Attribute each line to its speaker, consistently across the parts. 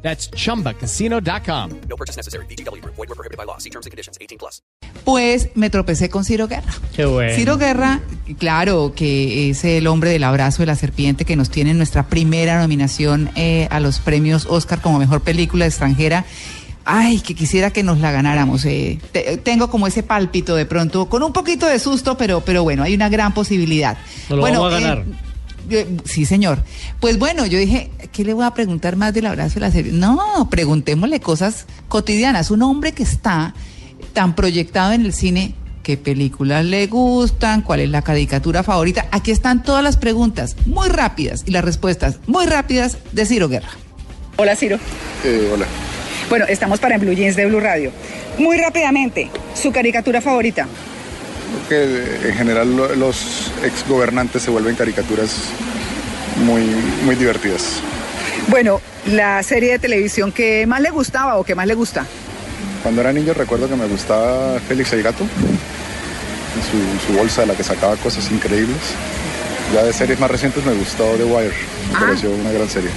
Speaker 1: That's chumbacasino.com.
Speaker 2: No purchase necessary. BGW. Void were prohibited by law. See terms and conditions. 18 plus.
Speaker 3: Pues me tropecé con Ciro Guerra.
Speaker 4: Qué bueno.
Speaker 3: Ciro Guerra, claro, que es el hombre del abrazo de la serpiente que nos tiene en nuestra primera nominación eh, a los premios Oscar como mejor película extranjera. Ay, que quisiera que nos la ganáramos. eh. Te- tengo como ese pálpito de pronto, con un poquito de susto, pero, pero bueno, hay una gran posibilidad.
Speaker 4: Nos lo
Speaker 3: bueno, eh,
Speaker 4: vamos a ganar.
Speaker 3: yo- Sí, señor. Pues bueno, yo dije, ¿qué le voy a preguntar más del abrazo de la serie? No, preguntémosle cosas cotidianas. Un hombre que está tan proyectado en el cine, ¿qué películas le gustan? ¿Cuál es la caricatura favorita? Aquí están todas las preguntas, muy rápidas, y las respuestas muy rápidas de Ciro Guerra.
Speaker 5: Hola Ciro.
Speaker 6: Eh, hola.
Speaker 5: Bueno, estamos para en Blue Jeans de Blue Radio. Muy rápidamente, su caricatura favorita.
Speaker 6: Creo que eh, en general lo- los exgobernantes se vuelven caricaturas muy, muy divertidas.
Speaker 5: Bueno, la serie de televisión que más le gustaba o que más le gusta.
Speaker 6: Cuando era niño recuerdo que me gustaba Félix el Gato, y su, su bolsa de la que sacaba cosas increíbles. Ya de series más recientes me gustó The Wire, me
Speaker 5: Ah.
Speaker 6: pareció una gran serie.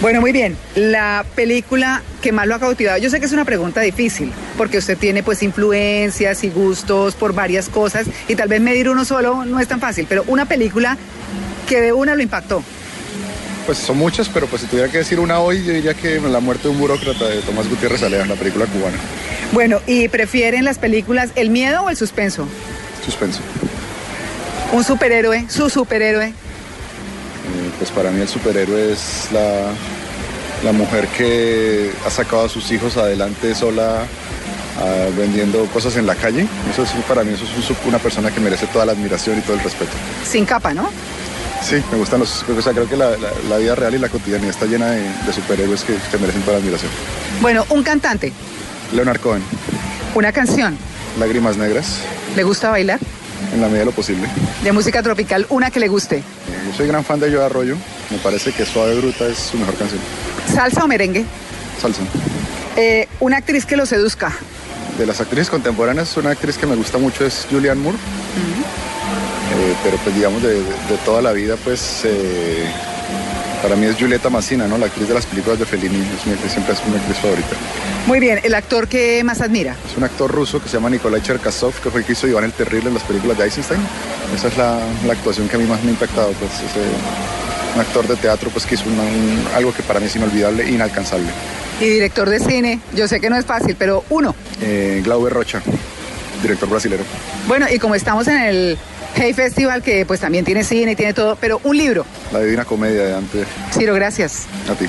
Speaker 5: Bueno, muy bien. La película que más lo ha cautivado. Yo sé que es una pregunta difícil, porque usted tiene pues influencias y gustos por varias cosas y tal vez medir uno solo no es tan fácil, pero una película que de una lo impactó.
Speaker 6: Pues son muchas, pero pues si tuviera que decir una hoy, yo diría que La muerte de un burócrata de Tomás Gutiérrez Alea, la película cubana.
Speaker 5: Bueno, ¿y prefieren las películas el miedo o el suspenso?
Speaker 6: Suspenso.
Speaker 5: Un superhéroe, su superhéroe.
Speaker 6: Eh, Pues para mí el superhéroe es la, la mujer que ha sacado a sus hijos adelante sola ah, vendiendo cosas en la calle. Eso es, para mí eso es un sup- una persona que merece toda la admiración y todo el respeto.
Speaker 5: Sin capa, ¿no?
Speaker 6: Sí, me gustan los... O sea, creo que la, la- la vida real y la cotidianidad está llena de, de superhéroes que, que merecen toda la admiración.
Speaker 5: Bueno, un cantante,
Speaker 6: Leonard Cohen,
Speaker 5: una canción.
Speaker 6: Lágrimas Negras,
Speaker 5: ¿Le gusta bailar?
Speaker 6: en la medida de lo posible.
Speaker 5: De música tropical, una que le guste.
Speaker 6: Eh, Yo soy gran fan de Joe Arroyo. Me parece que Suave Bruta es su mejor canción.
Speaker 5: ¿Salsa o merengue?
Speaker 6: Salsa.
Speaker 5: Eh, una actriz que lo seduzca.
Speaker 6: De las actrices contemporáneas, una actriz que me gusta mucho es Julianne Moore. Eh, pero pues digamos de, de- de toda la vida, pues eh, para mí es Julieta Massina, ¿no? La actriz de las películas de Fellini, es mi actriz- siempre es mi actriz favorita.
Speaker 5: Muy bien, el actor que más admira.
Speaker 6: Es un actor ruso que se llama Nikolai Cherkasov, que fue el que hizo Iván el Terrible en las películas de Eisenstein. Esa es la, la actuación que a mí más me ha impactado, pues es, eh, un actor de teatro pues que hizo una- un- algo que para mí es inolvidable e inalcanzable.
Speaker 5: Y director de cine, yo sé que no es fácil, pero uno.
Speaker 6: Eh, Glauber Rocha, director brasilero.
Speaker 5: Bueno, y como estamos en el Hey Festival, que pues también tiene cine y tiene todo, pero un libro.
Speaker 6: La Divina Comedia de Dante,
Speaker 5: Ciro, gracias.
Speaker 6: a ti.